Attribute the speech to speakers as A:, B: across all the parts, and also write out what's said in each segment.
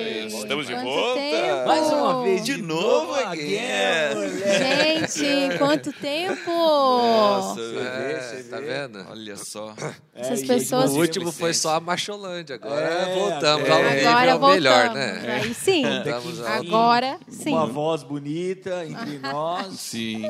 A: Estamos de
B: Quanto
A: volta.
B: tempo?
C: Mais
D: Oh,
C: uma vez, de,
B: De
C: novo
B: novo again,
C: aqui.
A: É.
B: Gente,
A: quanto
B: tempo!
C: Nossa,
B: Você
C: é,
B: vê, você
C: tá
B: vê.
C: vendo?
D: né? Olha só.
B: Essas
C: É
A: e
B: pessoas-
C: O
B: Nossa,
C: último
D: Vicente.
C: foi só a Macholândia, agora
B: É,
C: voltamos
B: agora-
C: ao nível
B: Agora
C: melhor,
B: voltamos,
C: né?
B: Aí sim.
C: Voltamos ao-
B: Agora sim.
E: Tá. Uma voz bonita entre nós.
D: Sim.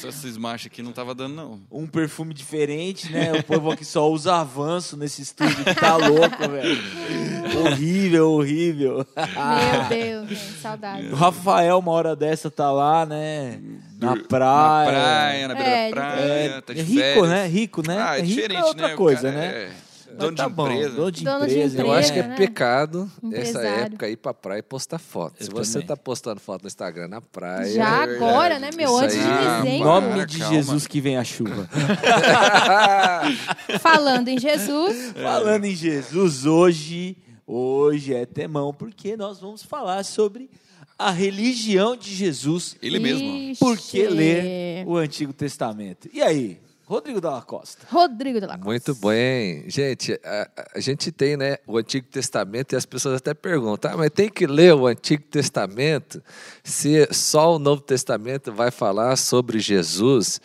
D: Só esses machos aqui não tava dando, não.
E: Um perfume diferente, né? O povo aqui só usa avanço nesse estúdio que tá louco, velho. horrível, horrível.
B: Meu Deus, gente, saudade.
E: O Rafael, uma hora dessa, tá lá, né? Na
D: Dur-
E: praia.
D: Na praia, na beira
B: É,
D: da
E: Ah, É,
D: praia. tá de
E: é rico,
D: férias.
E: né? Rico, né?
D: Ah, é
E: rico
D: diferente,
E: é outra
D: né? O
E: coisa,
D: cara
E: né?
D: É
E: Mas
D: dono
E: tá
D: de
E: bom,
D: empresa.
E: Dono de
B: Dono de
E: empresa.
B: empresa.
C: Eu acho que é
B: né?
C: pecado nessa
B: Empresário.
C: época ir pra praia e postar foto.
E: Eu
C: Se você
E: também.
C: tá postando foto no Instagram na praia.
B: Já
D: verdade,
B: agora, né, meu?
C: é isso
B: Antes de
C: aí.
E: Em
B: dezembro.
E: nome
D: Cara,
E: de
D: calma.
E: Jesus que vem a chuva.
B: Falando em Jesus,
E: Falando em Jesus, hoje, hoje é temão, porque nós vamos falar sobre a religião de Jesus.
D: Ele mesmo.
B: Ixi.
E: Por que ler o Antigo Testamento? E aí, Rodrigo Dalla Costa?
B: Rodrigo de la Costa.
C: Muito bem. Gente, a, a gente tem né, o Antigo Testamento e as pessoas até perguntam, ah, mas tem que ler o Antigo Testamento se só o Novo Testamento vai falar sobre Jesus?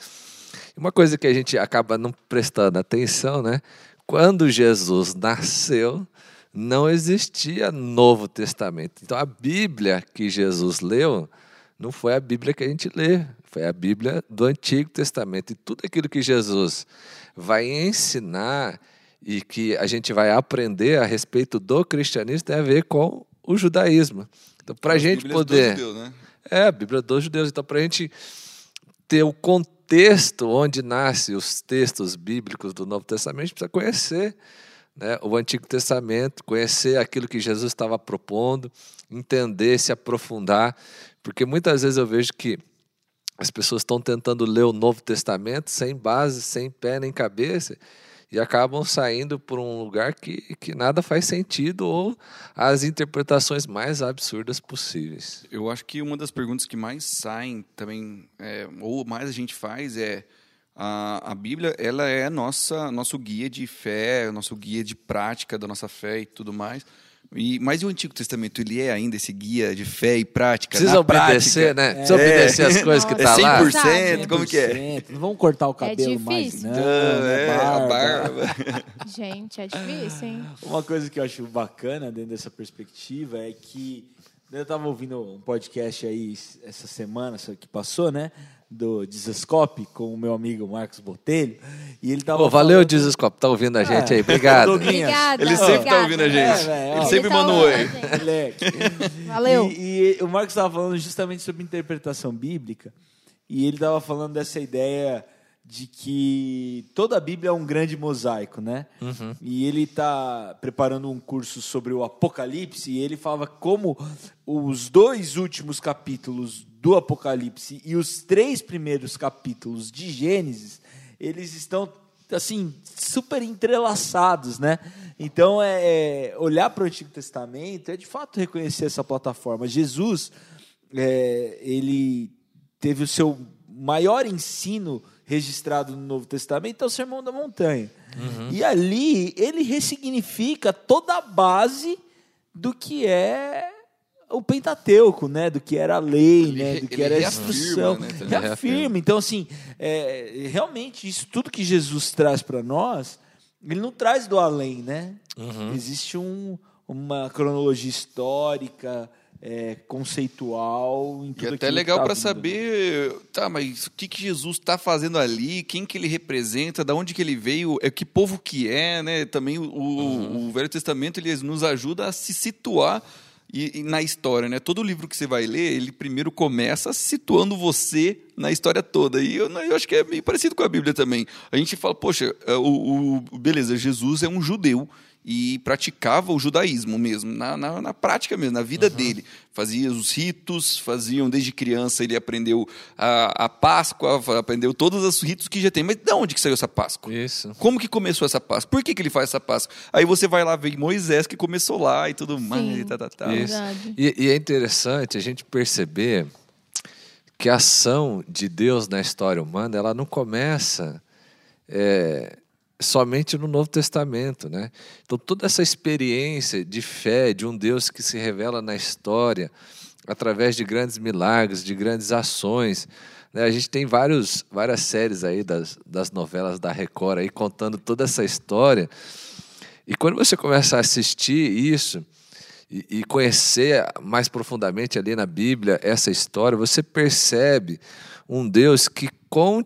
C: Uma coisa que a gente acaba não prestando atenção, né? Quando Jesus nasceu, não existia Novo Testamento. Então a Bíblia que Jesus leu não foi a Bíblia que a gente lê, foi a Bíblia do Antigo Testamento. E tudo aquilo que Jesus vai ensinar e que a gente vai aprender a respeito do cristianismo tem a ver com o judaísmo. Então, para a
D: As
C: gente
D: Bíblias dos
C: poder.
D: judeus, né?
C: É, a Bíblia dos judeus. Então, para a gente ter o contexto onde nascem os textos bíblicos do Novo Testamento, a gente precisa conhecer né, o Antigo Testamento, conhecer aquilo que Jesus estava propondo, entender, se aprofundar. Porque muitas vezes eu vejo que as pessoas estão tentando ler o Novo Testamento sem base, sem pé nem cabeça, e acabam saindo por um lugar que, que nada faz sentido ou as interpretações mais absurdas possíveis.
D: Eu acho que uma das perguntas que mais saem também, é, ou mais a gente faz, é a, a Bíblia, ela é nossa nosso guia de fé, nosso guia de prática da nossa fé e tudo mais. E, mas e o Antigo Testamento, ele é ainda esse guia de fé e prática?
C: Precisa
D: Na prática,
C: obedecer, né? Precisa obedecer as coisas que
B: É
C: tá lá.
D: 100%. como que é?
E: 100%, Não vamos cortar o cabelo mais,
B: difícil.
E: não.
D: Ah,
E: né,
D: é, a
E: barba.
D: barba.
B: Gente, é difícil, hein?
E: Uma coisa que eu acho bacana dentro dessa perspectiva é que eu estava ouvindo um podcast aí s- essa semana só que passou, né? Do Dizascope com o meu amigo Marcos Botelho. E ele tava
C: Pô, valeu,
E: falando-
C: Dizascope, tá ouvindo a gente
E: É.
C: aí. Obrigado.
E: Douglas.
B: Obrigada.
D: Ele sempre tá
B: obrigada.
D: ouvindo a gente.
E: É, velho, ó.
D: ele sempre
B: Ele tá
D: manda um
B: ouvindo
D: oi.
B: a gente.
E: Moleque.
B: Valeu.
E: E, e o Marcos estava falando justamente sobre interpretação bíblica, e ele estava falando dessa ideia de que toda a Bíblia é um grande mosaico, né? E ele está preparando um curso sobre o Apocalipse, e ele falava como os dois últimos capítulos do Apocalipse e os três primeiros capítulos de Gênesis, eles estão assim, super entrelaçados, né? Então, é, é, olhar para o Antigo Testamento é de fato reconhecer essa plataforma. Jesus, é, ele teve o seu maior ensino registrado no Novo Testamento, é o Sermão da Montanha.
D: Uhum.
E: E ali ele ressignifica toda a base do que é o Pentateuco, né? Do que era a lei,
D: Ele
E: né?
D: re-
E: Do que
D: ele
E: era a
D: reafirma,
E: instrução.
D: né, também.
E: Reafirma. Então, assim, é, realmente, isso tudo que Jesus traz para nós, ele não traz do além, né?
D: Uhum.
E: Existe um- uma cronologia histórica, é, conceitual. Em tudo
D: E até
E: aquilo que
D: legal
E: tá
D: pra
E: vindo.
D: saber, tá, mas o que, que Jesus tá fazendo ali, quem que ele representa, da onde que ele veio, é que povo que é, né? Também o, o-
E: Uhum.
D: o Velho Testamento ele nos ajuda a se situar e, e na história, né? Todo livro que você vai ler, ele primeiro começa situando você na história toda. E eu, eu acho que é meio parecido com a Bíblia também. A gente fala, poxa, é, o, o- beleza, Jesus é um judeu e praticava o judaísmo mesmo, na, na, na prática mesmo, na vida dele. Fazia os ritos, faziam desde criança, ele aprendeu a, a Páscoa, fa- aprendeu todos os ritos que já tem. Mas de onde que saiu essa Páscoa?
C: Isso.
D: Como que começou essa Páscoa? Por que, que ele faz essa Páscoa? Aí você vai lá ver Moisés que começou lá e tudo mais.
B: Sim.
D: E tá, tá, tá.
C: Isso.
B: Verdade.
C: E, e é interessante a gente perceber que a ação de Deus na história humana, ela não começa é, somente no Novo Testamento, né? Então toda essa experiência de fé de um Deus que se revela na história através de grandes milagres, de grandes ações, né? A gente tem vários, várias séries aí das, das novelas da Record aí contando toda essa história. E quando você começa a assistir isso e, e conhecer mais profundamente ali na Bíblia essa história, você percebe um Deus que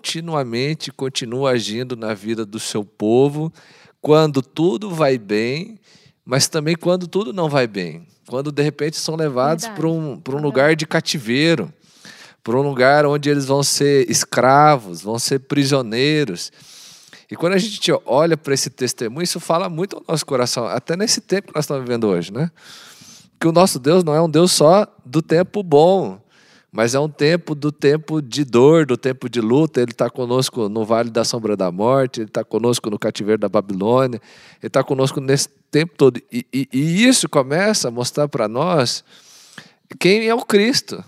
C: continuamente continua agindo na vida do seu povo quando tudo vai bem, mas também quando tudo não vai bem. Quando de repente são levados
B: Verdade.
C: para um, pra um
B: Verdade.
C: lugar de cativeiro, para um lugar onde eles vão ser escravos, vão ser prisioneiros. E quando a gente olha para esse testemunho, isso fala muito ao nosso coração, até nesse tempo que nós estamos vivendo hoje, né? que o nosso Deus não é um Deus só do tempo bom, mas é um tempo do tempo de dor, do tempo de luta. Ele está conosco no Vale da Sombra da Morte, ele está conosco no cativeiro da Babilônia, ele está conosco nesse tempo todo. E, e- e isso começa a mostrar para nós quem é o Cristo.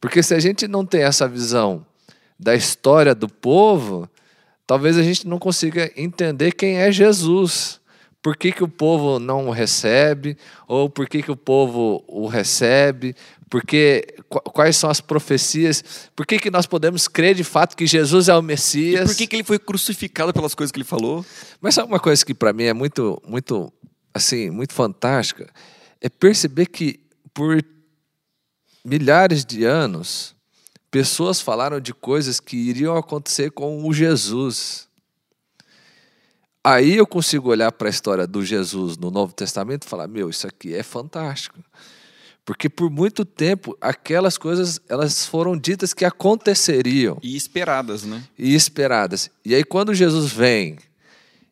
C: Porque se a gente não tem essa visão da história do povo, talvez a gente não consiga entender quem é Jesus. Por que, que o povo não o recebe? Ou por que, que o povo o recebe? Porque qu- quais são as profecias? Por que, que nós podemos crer de fato que Jesus é o
D: E
C: Messias?
D: por que, que ele foi crucificado pelas coisas que ele falou?
C: Mas sabe uma coisa que para mim é muito, muito, assim, muito fantástica? É perceber que por milhares de anos, pessoas falaram de coisas que iriam acontecer com o Jesus. Aí eu consigo olhar para a história do Jesus no Novo Testamento e falar: meu, isso aqui é fantástico. Porque por muito tempo aquelas coisas elas foram ditas que aconteceriam
D: E esperadas, né?
C: e esperadas. E aí, quando Jesus vem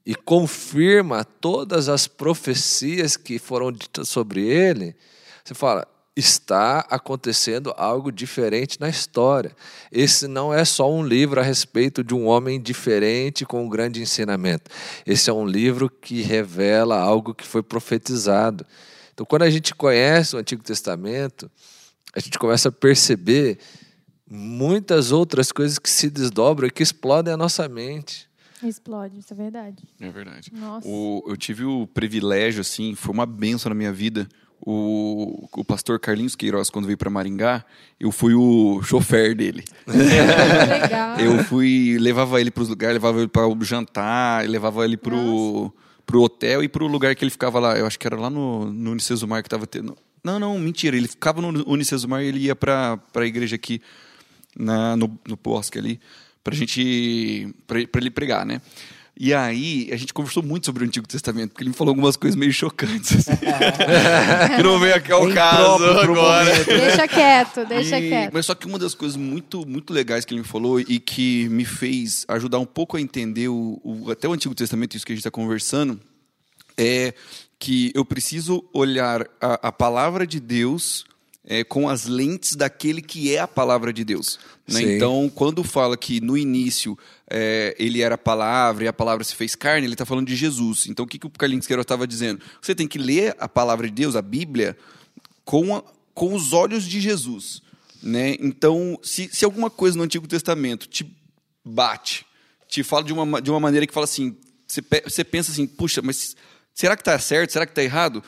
C: e confirma todas as profecias que foram ditas sobre ele, você fala. Está acontecendo algo diferente na história. Esse não é só um livro a respeito de um homem diferente com um grande ensinamento. Esse é um livro que revela algo que foi profetizado. Então, quando a gente conhece o Antigo Testamento, a gente começa a perceber muitas outras coisas que se desdobram e que explodem a nossa mente.
B: Explode, isso é verdade.
D: É verdade.
B: Nossa.
D: O- eu tive o privilégio, assim, foi uma benção na minha vida. O, o pastor Carlinhos Queiroz, quando veio para Maringá, eu fui o chofer dele.
B: Legal.
D: Eu fui, levava ele para os lugares, levava ele para o jantar, levava ele pro, pro hotel e pro lugar que ele ficava lá. Eu acho que era lá no, no Unicesumar que tava tendo. Não, não, mentira. Ele ficava no Unicesumar e ele ia para a igreja aqui, na, no, no bosque ali, pra gente. pra, pra ele pregar, né? E aí, a gente conversou muito sobre o Antigo Testamento, porque ele me falou algumas coisas meio chocantes. assim. que não veio aqui ao
E: Bem
D: caso
E: próprio pro
D: agora.
E: momento. né?
B: Deixa quieto, deixa
D: E-
B: quieto.
D: Mas só que uma das coisas muito, muito legais que ele me falou e que me fez ajudar um pouco a entender o, o- até o Antigo Testamento, isso que a gente está conversando, é que eu preciso olhar a, a palavra de Deus é, com as lentes daquele que é a palavra de Deus. né?
C: Sim.
D: Então, quando fala que no início é, ele era a palavra e a palavra se fez carne, ele está falando de Jesus. Então, o que, que o Carlinhos Queiroz estava dizendo? Você tem que ler a palavra de Deus, a Bíblia, com, a- com os olhos de Jesus. Né? Então, se, se alguma coisa no Antigo Testamento te bate, te fala de uma, ma- de uma maneira que fala assim, você, pe- você pensa assim, puxa, mas será que está certo? Será que está errado?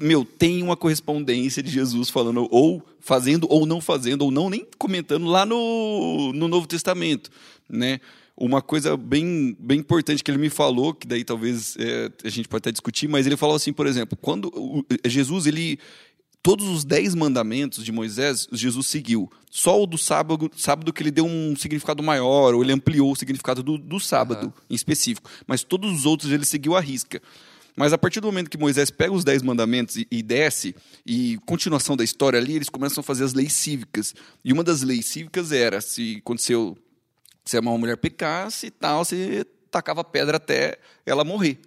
D: Meu, tem uma correspondência de Jesus falando, ou fazendo, ou não fazendo, ou não nem comentando lá no, no Novo Testamento. Né? Uma coisa bem, bem importante que ele me falou, que daí talvez é, a gente pode até discutir, mas ele falou assim, por exemplo, quando o- Jesus, ele, todos os dez mandamentos de Moisés, Jesus seguiu. Só o do sábado, sábado que ele deu um significado maior, ou ele ampliou o significado do, do sábado em específico. Mas todos os outros ele seguiu à risca. Mas a partir do momento que Moisés pega os dez mandamentos e, e desce, e continuação da história ali, eles começam a fazer as leis cívicas. E uma das leis cívicas era, se aconteceu se uma mulher pecasse e tal, você tacava pedra até ela morrer.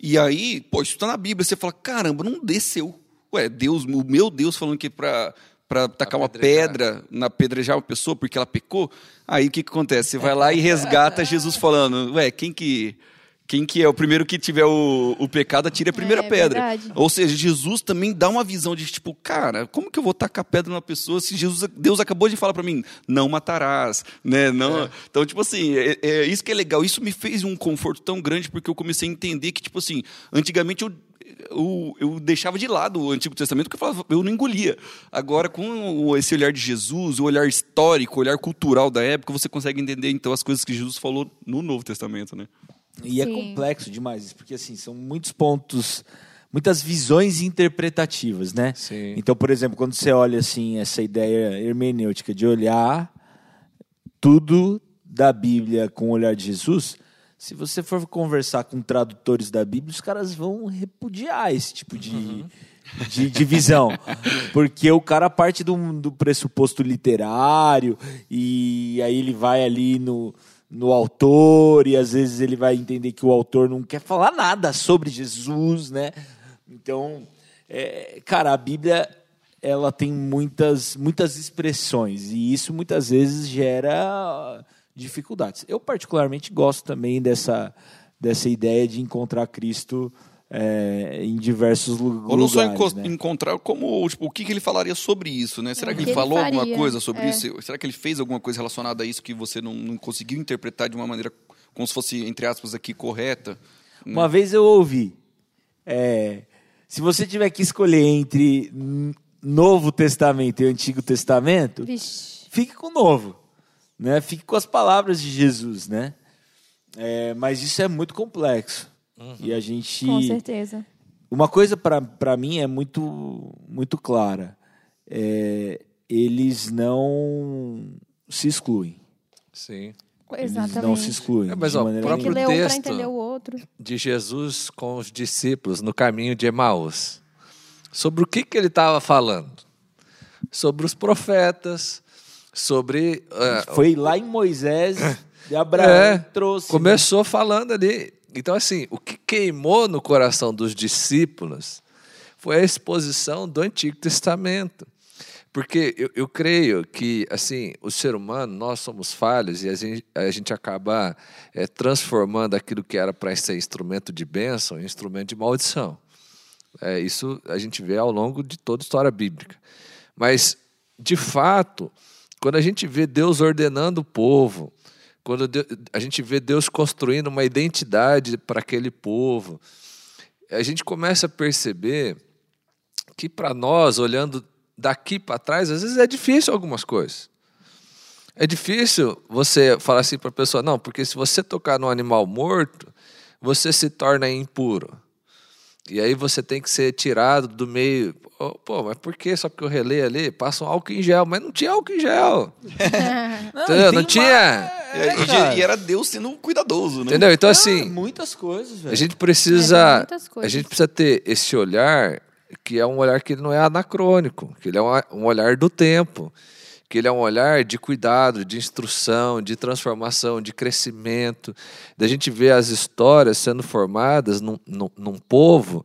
D: E aí, pô, isso tá na Bíblia, você fala, caramba, não desceu. Ué, Deus, o meu Deus falando que pra, pra tacar uma
C: Apedrejar.
D: pedra, na pedrejar uma pessoa porque ela pecou, aí o que que acontece? Você vai lá e resgata Jesus falando, ué, quem que... Quem que é? O primeiro que tiver o, o pecado atira a primeira
B: É,
D: pedra.
B: verdade.
D: Ou seja, Jesus também dá uma visão de tipo, cara, como que eu vou tacar pedra numa pessoa se Jesus, Deus acabou de falar pra mim, não matarás, né? Não. Então, tipo assim, é, é isso que é legal. Isso me fez um conforto tão grande porque eu comecei a entender que tipo assim, antigamente eu eu, eu deixava de lado o Antigo Testamento porque eu, falava, eu não engolia. Agora, com o- esse olhar de Jesus, o olhar histórico, o olhar cultural da época, você consegue entender então as coisas que Jesus falou no Novo Testamento, né?
E: E é
B: Sim.
E: complexo demais isso, porque assim, são muitos pontos, muitas visões interpretativas, né?
C: Sim.
E: Então, por exemplo, quando você olha assim essa ideia hermenêutica de olhar tudo da Bíblia com o olhar de Jesus, se você for conversar com tradutores da Bíblia, os caras vão repudiar esse tipo de, de, de visão. Porque o cara parte do, do pressuposto literário e aí ele vai ali no, no autor e às vezes ele vai entender que o autor não quer falar nada sobre Jesus, né? Então, é, cara, a Bíblia ela tem muitas, muitas expressões e isso muitas vezes gera dificuldades. Eu particularmente gosto também dessa, dessa ideia de encontrar Cristo é, em diversos lu- lugares.
D: Ou não só enco-
E: né?
D: encontrar, como tipo, o que, que ele falaria sobre isso, né? Será
B: É,
D: que
B: o
D: ele,
B: que ele
D: falou alguma
B: faria,
D: coisa sobre
B: é.
D: isso? Será que ele fez alguma coisa relacionada a isso que você não, não conseguiu interpretar de uma maneira como se fosse, entre aspas, aqui, correta?
E: Uma vez eu ouvi, é, se você tiver que escolher entre n- Novo Testamento e Antigo Testamento,
B: Vixe.
E: fique com o novo, né? Fique com as palavras de Jesus, né? É, mas isso é muito complexo.
C: Uhum.
E: E a gente
B: Com certeza.
E: uma coisa para mim é muito muito clara. É, eles não se excluem.
C: Sim.
E: Eles não se
B: Exatamente.
E: excluem.
C: É, mas,
E: de
C: ó,
E: maneira
B: Tem que
E: nenhuma.
C: próprio
B: ler um para
C: texto.
B: entender o outro.
C: de Jesus com os discípulos no caminho de Emaús. Sobre o que, que ele estava falando? Sobre os profetas, sobre. ah,
E: Foi lá em Moisés de Abraão trouxe.
C: É,
E: né?
C: Começou falando ali. Então, assim, o que queimou no coração dos discípulos foi a exposição do Antigo Testamento. Porque eu, eu creio que, assim, o ser humano, nós somos falhos e a gente, a gente acaba eh, transformando aquilo que era para ser instrumento de bênção em instrumento de maldição. É, isso a gente vê ao longo de toda a história bíblica. Mas, de fato, quando a gente vê Deus ordenando o povo, quando Deu- a gente vê Deus construindo uma identidade para aquele povo, a gente começa a perceber que, para nós, olhando daqui para trás, às vezes é difícil algumas coisas. É difícil você falar assim para a pessoa, não, porque se você tocar num animal morto, você se torna impuro. E aí você tem que ser tirado do meio. Ô, Pô, mas por que? Só porque eu relei ali, passa um álcool em gel. Mas não tinha álcool em gel.
E: Não,
C: entendeu?
E: tem
C: Não
E: uma-
C: tinha.
D: E- e-
E: cara.
D: e, era Deus sendo cuidadoso, né?
C: Entendeu? Então,
E: Ah,
C: assim,
E: muitas coisas, velho.
C: a gente
B: É, tem
C: precisa.
B: muitas
C: A
B: coisas.
C: gente precisa ter esse olhar que é um olhar que ele não é anacrônico, que ele é um, um olhar do tempo, que ele é um olhar de cuidado, de instrução, de transformação, de crescimento, da gente ver as histórias sendo formadas num, num, num povo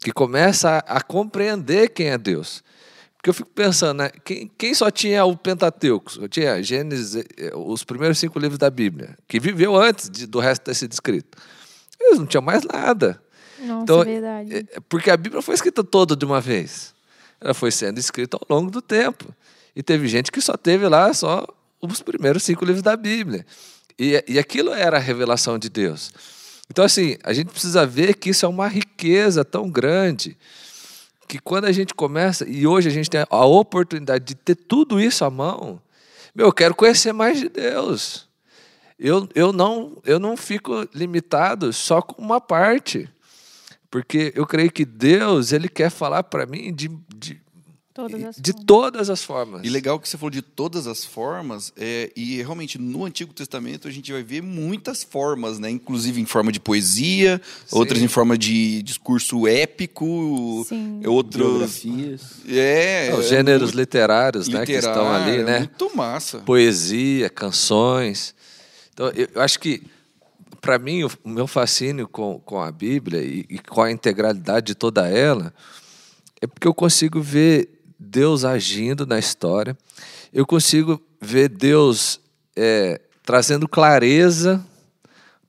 C: que começa a, a compreender quem é Deus. Porque eu fico pensando, né, quem, quem só tinha o Pentateuco? Só tinha Gênesis, eh, os primeiros cinco livros da Bíblia, que viveu antes de- do resto ter sido escrito. Eles não tinham mais nada.
B: Nossa,
C: Então,
B: verdade.
C: É, Porque a Bíblia foi escrita toda de uma vez. Ela foi sendo escrita ao longo do tempo. E teve gente que só teve lá só os primeiros cinco livros da Bíblia. E, e aquilo era a revelação de Deus. Então, assim, a gente precisa ver que isso é uma riqueza tão grande que quando a gente começa, e hoje a gente tem a oportunidade de ter tudo isso à mão, meu, eu quero conhecer mais de Deus. Eu, eu, não, eu não fico limitado só com uma parte. Porque eu creio que Deus, ele quer falar para mim de, de,
B: Todas as
C: é, de
B: formas.
C: todas as formas.
D: E legal que você falou de todas as formas, é, e realmente no Antigo Testamento a gente vai ver muitas formas, né? Inclusive em forma de poesia,
C: Sim.
D: outras em forma de discurso épico,
B: Sim.
D: outros.
E: Biografias.
D: É,
C: Os
D: é
C: gêneros
D: muito
C: literários, né, que estão
D: literário,
C: ali,
D: é
C: né?
D: Muito massa.
C: Poesia, canções. Então, eu, eu acho que, para mim, o, o meu fascínio com, com a Bíblia e, e com a integralidade de toda ela é porque eu consigo ver Deus agindo na história, eu consigo ver Deus é, trazendo clareza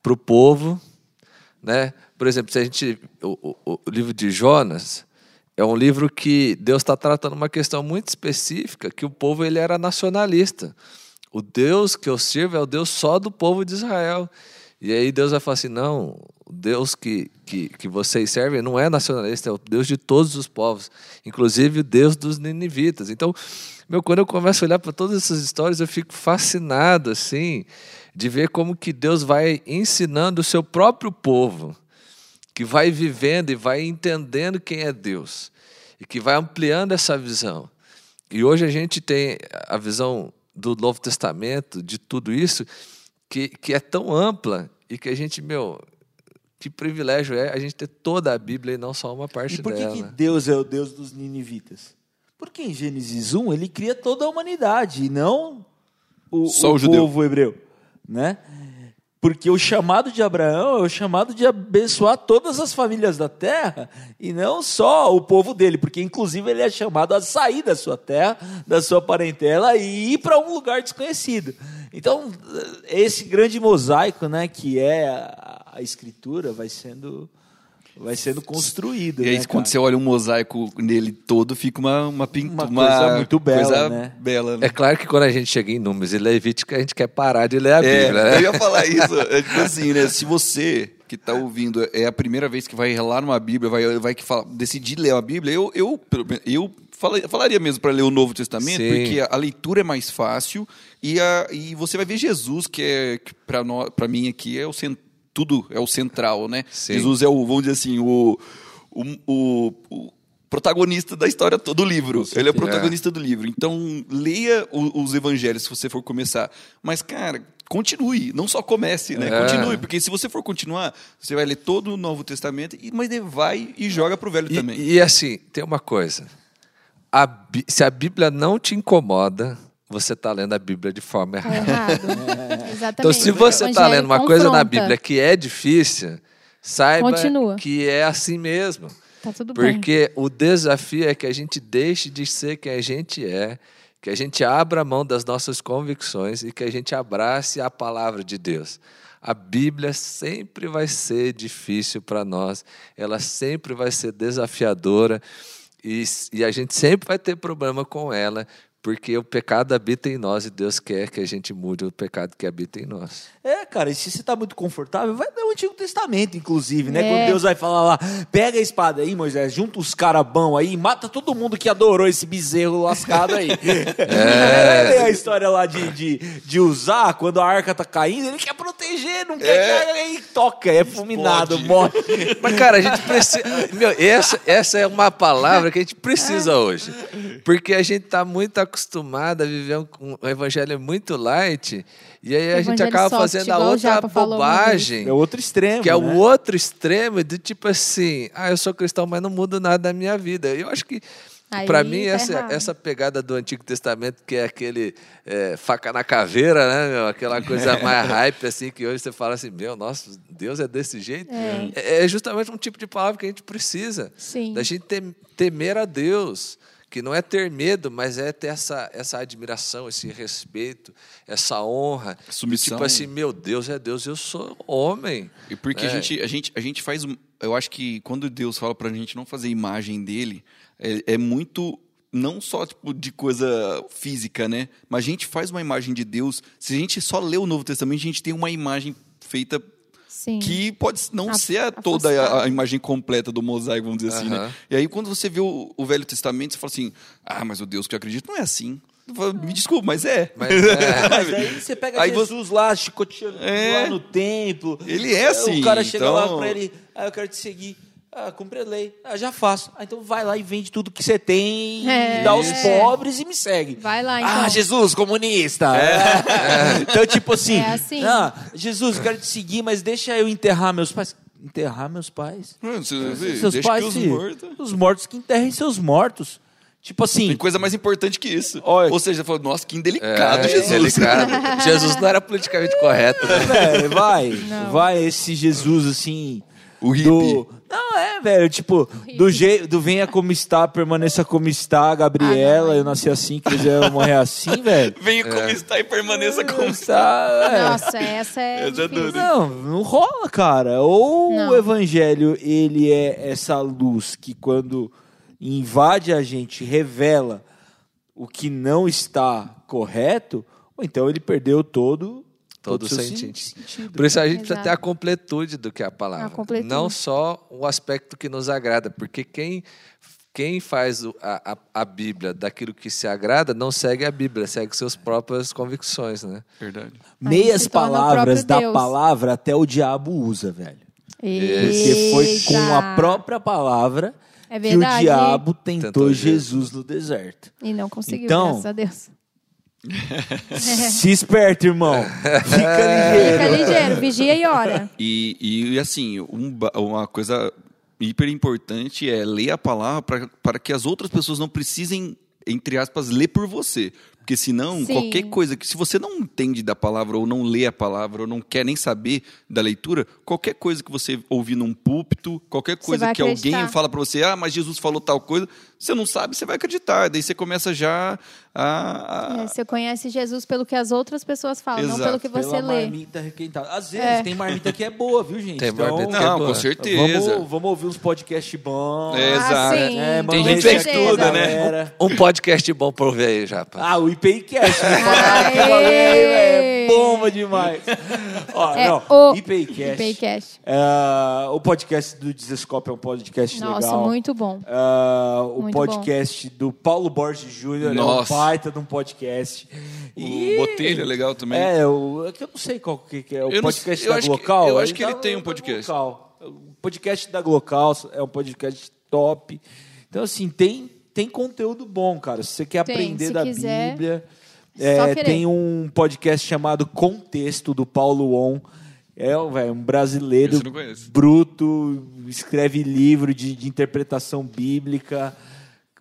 C: para o povo, né? Por exemplo, se a gente o, o- o livro de Jonas é um livro que Deus está tratando uma questão muito específica, que o povo ele era nacionalista. O Deus que eu sirvo é o Deus só do povo de Israel. E aí Deus vai falar assim, não, o Deus que, que, que vocês servem não é nacionalista, é o Deus de todos os povos, inclusive o Deus dos ninivitas. Então, meu, quando eu começo a olhar para todas essas histórias, eu fico fascinado, assim, de ver como que Deus vai ensinando o seu próprio povo, que vai vivendo e vai entendendo quem é Deus, e que vai ampliando essa visão. E hoje a gente tem a visão do Novo Testamento, de tudo isso, que, que é tão ampla e que a gente, meu, que privilégio é a gente ter toda a Bíblia e não só uma parte
E: E por que,
C: dela.
E: que Deus é o Deus dos ninivitas? Porque em Gênesis 1 ele cria toda a humanidade e não o,
D: Só o judeu.
E: povo hebreu, né? Porque o chamado de Abraão é o chamado de abençoar todas as famílias da terra e não só o povo dele, porque inclusive ele é chamado a sair da sua terra, da sua parentela e ir para um lugar desconhecido. Então, esse grande mosaico, né, que é a, a escritura, vai sendo vai sendo construído,
D: E aí,
E: né,
D: quando
E: cara?
D: você olha um mosaico nele todo, fica uma, uma pintura.
E: Uma coisa muito bela, né?
C: É claro que quando a gente chega em Números e Levítico, a gente quer parar de ler a
D: É,
C: Bíblia, né?
D: eu ia falar isso. É tipo assim, né? Se você que tá ouvindo é a primeira vez que vai relar uma Bíblia, vai, vai que fala, decidir ler uma Bíblia, eu, eu, pelo menos, eu fala- falaria mesmo para ler o Novo Testamento,
C: Sim.
D: porque a, a leitura é mais fácil e, a, e você vai ver Jesus, que é para mim aqui é o cen- tudo é o central, né?
C: Sim.
D: Jesus é o, vamos dizer assim, o, o, o- o protagonista da história to- do livro. Ele é o
E: certeza.
D: protagonista protagonista do livro. Então, leia o- os evangelhos se você for começar. Mas, cara, continue. Não só comece, né?
C: É.
D: Continue, porque se você for continuar, você vai ler todo o Novo Testamento, e- mas daí vai e joga pro Velho
C: E-
D: também.
C: E, assim, tem uma coisa. A Bí- se a Bíblia não te incomoda, você está lendo a Bíblia de forma
B: Tá
C: errada.
B: errado. Exatamente.
C: Então, se você está
B: Evangelho
C: lendo uma coisa na
B: confronta.
C: Bíblia que é difícil, saiba
B: Continua.
C: que é assim mesmo.
B: Tá tudo bem.
C: Porque o desafio é que a gente deixe de ser quem a gente é, que a gente abra mão das nossas convicções e que a gente abrace a palavra de Deus. A Bíblia sempre vai ser difícil para nós, ela sempre vai ser desafiadora e, s- e a gente sempre vai ter problema com ela, porque o pecado habita em nós e Deus quer que a gente mude o pecado que habita em nós.
E: É, cara, e se você tá muito confortável, vai ler o Antigo Testamento, inclusive, né?
B: É.
E: Quando Deus vai falar lá, pega a espada aí, Moisés, junta os carabão aí, e mata todo mundo que adorou esse bezerro lascado aí. É. a história lá de, de, de usar, quando a arca tá caindo, ele quer proteger, não quer que aí toca, é fulminado, morre.
C: Mas, cara, a gente precisa. Meu, essa, essa é uma palavra que a gente precisa hoje. Porque a gente está muito acostumado a viver um, um evangelho muito light. E aí a gente
B: Um Evangelho
C: acaba
B: soft,
C: fazendo a
B: igual o
C: outra
B: Japa falou uma vez.
C: bobagem.
E: É outro extremo.
C: Que é
E: né?
C: o outro extremo de tipo assim, ah, eu sou cristão, mas não mudo nada da minha vida. Eu acho que,
B: Aí
C: para mim,
B: tá
C: essa,
B: errado.
C: essa pegada do Antigo Testamento, que é aquele é, faca na caveira, né, meu? Aquela coisa mais hype, assim, que hoje você fala assim, meu, nossa, Deus é desse jeito.
B: É.
C: É, é justamente um tipo de palavra que a gente precisa.
B: Sim.
C: Da gente tem- temer a Deus. Que não é ter medo, mas é ter essa, essa admiração, esse respeito, essa honra.
D: Submissão.
C: Tipo assim, meu Deus é Deus, eu sou homem.
D: E porque
C: É.
D: a, gente, a, gente, a gente faz. um- Eu acho que quando Deus fala pra gente não fazer imagem dele, é, é muito. Não só tipo, de coisa física, né? Mas a gente faz uma imagem de Deus. Se a gente só lê o Novo Testamento, a gente tem uma imagem feita
B: Sim.
D: que pode não
B: A-
D: ser a-
B: afastar.
D: toda a, a imagem completa do mosaico, vamos dizer assim, né?
C: Aham.
D: E aí, quando você vê o, o Velho Testamento, você fala assim, ah, mas o Deus que eu acredito não é assim. Eu falo, Me desculpa, mas é.
C: Mas, é.
E: Mas aí você pega
D: Aí você-
E: Jesus lá, chicoteando
D: É.
E: lá no templo.
D: Ele é assim,
E: O cara chega lá
D: então-
E: pra ele, ah, eu quero te seguir. Ah, cumpre a lei. Ah, já faço. Ah, então vai lá e vende tudo que você tem,
B: É.
E: dá aos
B: Isso.
E: pobres e me segue.
B: Vai lá,
E: Ah,
B: então.
E: Jesus, comunista. É. Então, tipo assim,
B: É assim.
E: Ah, Jesus, eu quero te seguir, mas deixa eu enterrar meus pais. Enterrar meus pais?
D: Hum, você- você-
E: seus
D: deixa
E: pais,
D: que os
E: se-
D: mortos...
E: os mortos que enterrem seus mortos. Tipo assim,
D: Tem coisa mais importante que isso.
E: Olha-
D: Ou seja, você fala, nossa, que
C: É,
D: indelicado, Jesus.
C: tá delicado. Jesus não era politicamente correto. né?
E: velho, vai.
B: Não.
E: Vai esse Jesus assim.
D: O hippie.
E: do... Não, é, velho, tipo, do, je... do venha como está, permaneça como está,
B: Ah,
E: Gabriela, eu
B: é.
E: nasci assim, quiser morrer assim, velho.
D: Venha como está e permaneça
E: É.
D: como está.
E: Tá, é.
B: Nossa, essa é.
D: Eu já
B: difícil.
D: adorei.
E: Não, não rola, cara. Ou
B: Não.
E: o evangelho, ele é essa luz que quando invade a gente, revela o que não está correto, ou então ele perdeu todo
C: Todo
E: o seu
C: sentido.
E: sen- sentido.
C: Por isso a gente precisa
B: Exato.
C: ter a completude do que é a palavra.
B: A completude.
C: Não só o aspecto que nos agrada, porque quem, quem faz o- a, a, a Bíblia daquilo que se agrada não segue a Bíblia, segue suas próprias convicções, né?
D: Verdade.
E: Meias
B: se torna o
E: palavras
B: próprio
E: da
B: Deus.
E: palavra até o diabo usa, velho. Porque
B: Eita.
E: foi com a própria palavra
B: É
E: que o
B: verdade.
E: diabo tentou,
C: Tentou
E: Jesus no deserto.
B: E não conseguiu,
E: Então-
B: graças a Deus.
E: Se esperto, irmão. Fica ligeiro.
B: Fica ligeiro, vigia e ora.
D: E, e assim, um ba- uma coisa hiper importante é ler a palavra pra- para que as outras pessoas não precisem, entre aspas, ler por você. Porque senão,
B: Sim.
D: qualquer coisa que. Se você não entende da palavra, ou não lê a palavra, ou não quer nem saber da leitura, qualquer coisa que você ouvir num púlpito, qualquer coisa
B: vai
D: que alguém
B: acreditar.
D: fala para você, ah, mas Jesus falou tal coisa, você não sabe, você vai acreditar. Daí você começa já a.
B: É,
D: a-
B: você conhece Jesus pelo que as outras pessoas falam,
D: Exato,
B: não pelo que você
E: Pela
B: lê.
E: marmita requentada. Às vezes tem marmita que é boa, viu, gente?
C: Tem marmita que é
D: Não,
C: boa.
D: com certeza.
E: Vamos, vamos ouvir uns podcasts bons.
D: É, exato.
B: Ah, sim.
E: É,
B: com
E: manda
D: gente
E: esse
D: que
E: aqui,
D: estuda, né?
E: galera.
C: Um podcast bom pra ouvir aí, Japa.
E: É. Ah, o IPIcast. vou falar aqui,
B: Aê!
E: valeu, é bomba demais. Ó,
B: É
E: não,
B: o
E: IPIcast.
B: IPCast.
E: Ah, o podcast do Desescope é um podcast
B: Nossa,
E: legal.
B: muito bom.
E: Ah, o
B: Muito
E: podcast do Paulo Borges Júnior é um
D: Nossa.
E: baita de um podcast.
D: O Botelho é legal também.
E: É, o, é que eu não sei qual que, que é. O
D: Eu não
E: podcast
D: sei, eu
E: da
D: acho que-
E: Glocal?
D: eu acho que
E: tá
D: ele
E: no-
D: tem um
E: no
D: podcast.
E: Glocal. O podcast da Glocal é um podcast top. Então, assim, tem, tem conteúdo bom, cara. Se você quer
B: Tem,
E: aprender
B: se
E: da
B: quiser,
E: Bíblia,
B: só
E: é,
B: querer.
E: tem um podcast chamado Contexto, do Paulo On. É um, velho, um brasileiro
D: Esse eu não conheço.
E: bruto, escreve livro de, de interpretação bíblica,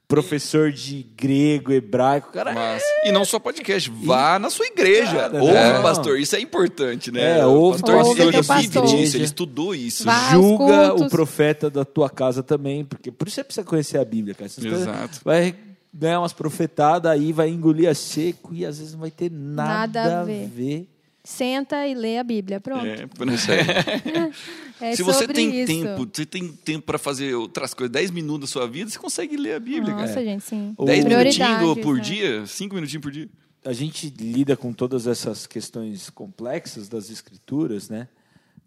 E: professor de grego, hebraico. Cara, é
D: Mas- e não só podcast, vá na sua igreja.
E: Cara,
D: ouve
E: não.
D: o pastor, isso é importante, né?
E: É, ouve
D: pastor,
B: o
D: ele
B: pastor.
D: vive
B: Ouve o
D: disso,
E: pastor.
D: ele estudou isso.
B: Vá. aos
E: julga
B: cultos.
E: o profeta da tua casa também, porque por isso você precisa conhecer a Bíblia, cara. Essas coisas-
D: Exato.
E: Vai ganhar umas profetadas aí, vai engolir a seco e às vezes não vai ter nada,
B: Nada a
E: a ver.
B: ver. Senta e lê a Bíblia, pronto. É,
D: É, isso aí. Se você
B: sobre
D: tem
B: isso.
D: tempo, você tem tempo para fazer outras coisas, 10 minutos da sua vida, você consegue ler a Bíblia,
B: Nossa,
D: cara.
B: gente, sim.
E: O-
D: 10 minutinhos
B: Ah. Prioridades,
D: por
B: né?
D: dia, 5 minutinhos por dia.
E: A gente lida com todas essas questões complexas das escrituras, né?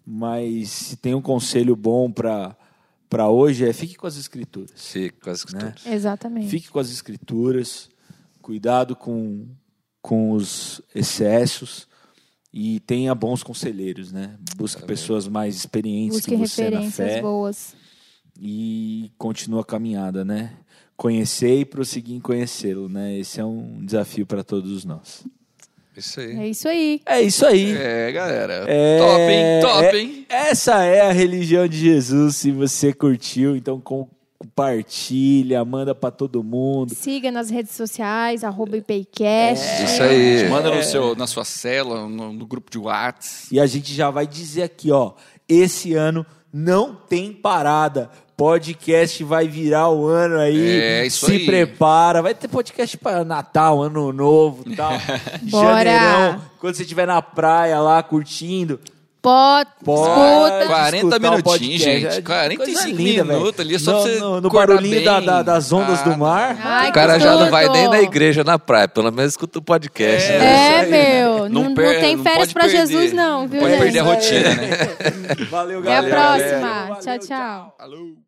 E: Mas se tem um conselho bom para para hoje é fique com as escrituras.
C: Fica com as
E: Né?
B: Exatamente.
E: Fique com as escrituras, cuidado com, com os excessos e tenha bons conselheiros, né? Busque pessoas mais experientes
B: Busque
E: que você é na
B: referências
E: fé
B: boas.
E: e continua a caminhada, né? Conhecer e prosseguir em conhecê-lo, né? Esse é um desafio para todos nós.
C: Isso aí.
B: É isso aí.
E: É isso aí.
D: É, galera.
E: É,
D: top, hein? Top,
E: é-
D: hein?
E: Essa é a religião de Jesus. Se você curtiu, então com- compartilha, manda para todo mundo.
B: Siga nas redes sociais, arroba IPCast.
C: É Isso
E: É.
C: aí.
D: Manda no seu, na sua cela, no, no grupo de Whats.
E: E a gente já vai dizer aqui, ó, esse ano não tem parada. Podcast vai virar o ano aí.
D: É, isso
E: se
D: aí.
E: prepara. Vai ter podcast para Natal, Ano Novo, tal.
B: Bora.
E: Janeirão, quando você estiver na praia lá curtindo,
B: Pode,
E: Pode
B: escuta.
D: 40
E: escutar o
D: minutinhos,
E: podcast.
D: gente.
E: É
D: 45
E: coisa linda, velho.
D: minutos ali, é só
E: no,
D: você
E: no, no
D: acordar
E: barulhinho
D: bem.
E: da- da- das ondas
D: Ah,
E: do
D: não.
E: mar.
B: Ai,
C: o
B: que
C: cara já não
B: tudo.
C: vai nem na igreja, na praia. Pelo menos escuta o podcast.
D: É.
C: né?
B: É,
D: Não
B: meu. Não, não
D: per-
B: tem
D: não
B: férias
D: pode
B: pra
D: perder.
B: Jesus, não, viu,
D: Pode
B: gente?
D: perder a rotina, né?
E: Valeu,
B: Até a
E: galera.
B: próxima.
E: Valeu,
B: tchau. tchau.
D: Alô.